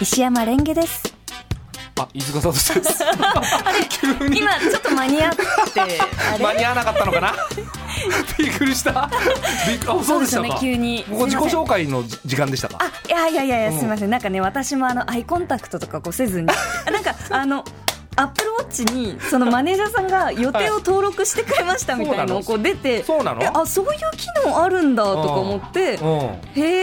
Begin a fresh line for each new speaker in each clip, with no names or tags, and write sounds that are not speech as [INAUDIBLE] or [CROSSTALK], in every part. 石山レンゲです
あ、飯塚聡です急に
今ちょっと間に合って [LAUGHS] あれ
間に合わなかったのか
[LAUGHS]
なびっくりしたびっくあそうでした
ね
か
急に
ここ自己
すいません
紹介のじ時間でしたか
あいやいやいや
うん
すみませんなんかね私もあのアイコンタクトとかこうせずにあなんかあのアップルウォッチにそのマネージャーさんが予定を登録してくれましたみたいなのをこう出て
そうなの
えあそういう機能あるんだとか思って
うん
へ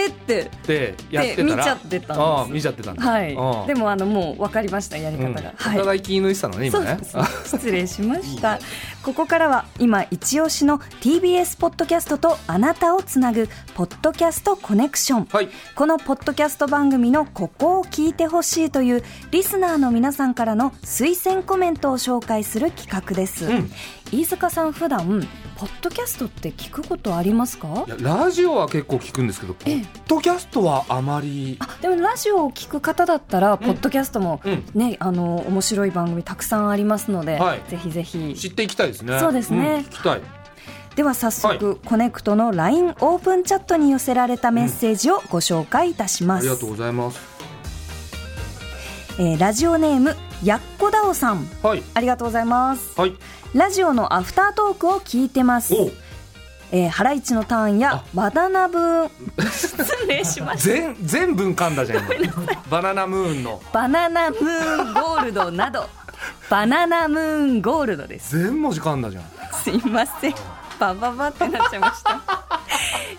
ーって
でやってたら
見ちゃってたんです
うん見ちゃってたんだ
はい
うん
でもあのもう分かりましたやり
うん
方
お
が、はい
互い気抜いてたのね今
そう
ね
ですね
[LAUGHS]
失礼しまし
い
たここからは今一押しの TBS ポッドキャストとあなたをつなぐ「ポッドキャストコネクション」
はい
このポッドキャスト番組のここを聞いてほしいというリスナーの皆さんからの推薦コメントを紹介する企画です、
うん
飯塚さん普段ポッドキャストって聞くことありますか
いやラジオは結構聞くんですけどポ
ええ
ッドキャストはあまり
あでもラジオを聞く方だったら、ポッドキャストも
うん
ねあの面白い番組たくさんありますので、
はい
ぜひぜひ
知っていきたいですね
そうですね
ん聞きたい
では早速、コネクトの LINE オープンチャットに寄せられたメッセージをご紹介いたし
あ
ます、
りがとうございます
えーラジオネームやっこだおさん
はい
ありがとうございます
はい
ラジオのアフタートークを聞いてます
お
えー、ハライチのターンやバナナブーン失礼しまし
全全文噛んだじゃん今バナナムーンの
たバナナムーンゴールドなどバナナムーンゴールドです
全文字噛んだじゃん
すいません。バババってなっちゃいま [LAUGHS] した。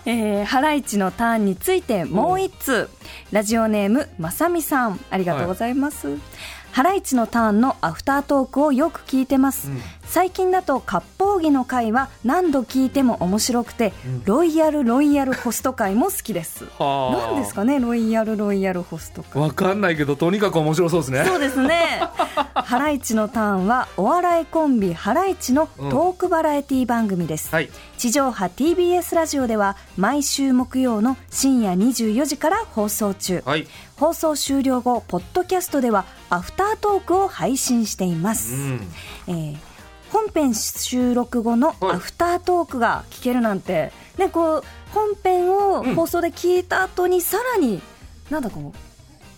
えー、ハライチのターンについてもう一通。ラジオネーム、まさみさん。ありがとうございます。ハライチのターンのアフタートークをよく聞いてます。
うん
最近だと割烹着の回は何度聞いても面白くて、ロイヤルロイヤルホスト回も好きです。
は
何ですかね、ロイヤルロイヤルホスト回。
わかんないけどとにかく面白そうですね
そうですね。 [LAUGHS] ハライチのターンはお笑いコンビハライチのトークバラエティ番組です。
はい
地上波 TBS ラジオでは毎週木曜の深夜24時から放送中、
はい
放送終了後ポッドキャストではアフタートークを配信していま
う
す、
ん
えー本編収録後の
はい
アフタートークが聞けるなんて、ねこう本編を放送で聞いた後にさらに、なんだこ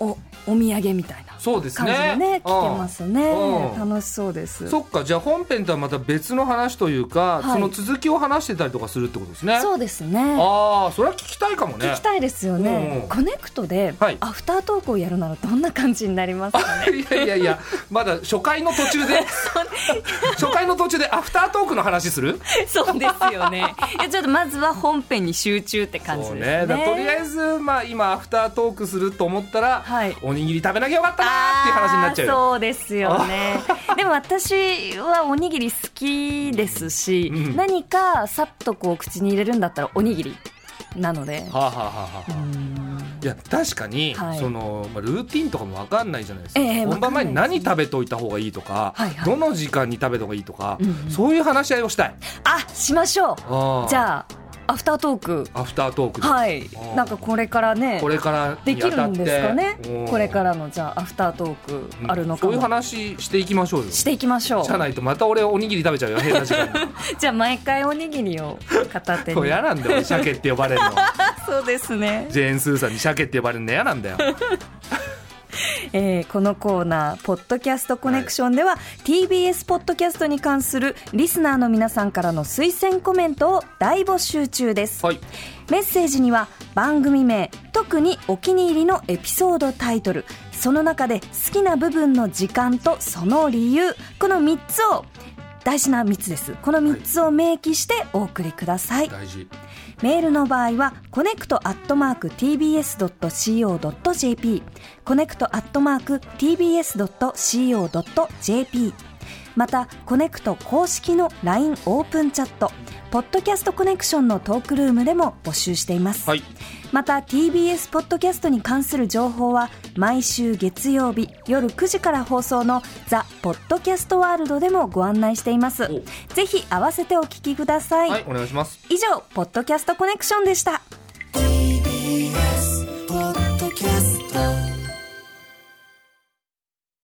うおお土産みたいな
そうです
感
ね
じでね聞けま
う
すね
うん
楽しそうです
んそっかじゃあ本編とはまた別の話という
は
か、
い
その続きを話してたりとかするってことですね
そうですね
ああそれは聞きたいかもね
聞きたいですよ
うん
ね、
うん
コネクトで
はい
アフタートークをやるならどんな感じになりますか、
[LAUGHS] いやいやいやまだ初回の途中で初回の途中でアフタートークの話する
[LAUGHS] そうですよねいやちょっとまずは本編に集中って感じですね
だからとりあえず、まあ、今アフタートークすると思ったら、
はい
おにぎり食べなきゃよかったなーっていう話になっち
あー
ゃうよ
そうですよ
[LAUGHS]
ねでも私はおにぎり好きですし、
うん
何かさっとこう口に入れるんだったらおにぎりなので
はあ、はあはあ
う
はあ
ん
いや確かに、
はい
そのまあルーティンとかも分かんないじゃないですか、
ええ
本番前に
わかんな
何
いですね
食べといた方がいいとか、
はいはい
どの時間に食べた方がいいとか、
うんうん
そういう話し合いをしたい
あしましょう
あ
じゃあアフタートーク
あアフタートークで、
はい
あー
なんかこれからね
これから
で
に
き
あた
る
っ
ん
て
ですかね
うん
これからのじゃあアフタートークあるのか
そう
も、
いう話していきましょうよ
していきましょう
じゃないとまた俺おにぎり食べちゃうよ変な時
[LAUGHS]
間に
じゃあ毎回おにぎりを片手
[LAUGHS] こ
に
れ嫌なんだよ俺鮭って呼ばれるの
そうです
[LAUGHS]
ね、
ジェーン・スーさんに鮭って呼ばれるの嫌なん
[LAUGHS]
だよ
えーこのコーナー「ポッドキャストコネクション」では、TBS ポッドキャストに関するリスナーの皆さんからの推薦コメントを大募集中です
はい
メッセージには番組名特にお気に入りのエピソードタイトルその中で好きな部分の時間とその理由この3つを大事な3つですこの3つを明記してお送りください、
大事
メールの場合はコネクトアットマーク tbs.co.jp コネクトアットマーク tbs.co.jp またコネクト公式の LINE オープンチャットポッドキャストコネクションのトークルームでも募集しています、
はい
また TBS ポッドキャストに関する情報は毎週月曜日夜9時から放送の「ザ・ポッドキャストワールド」でもご案内しています
お
ぜひ合わせてお聞きください、
はいお願いします
以上「ポッドキャストコネクション」でした
TBS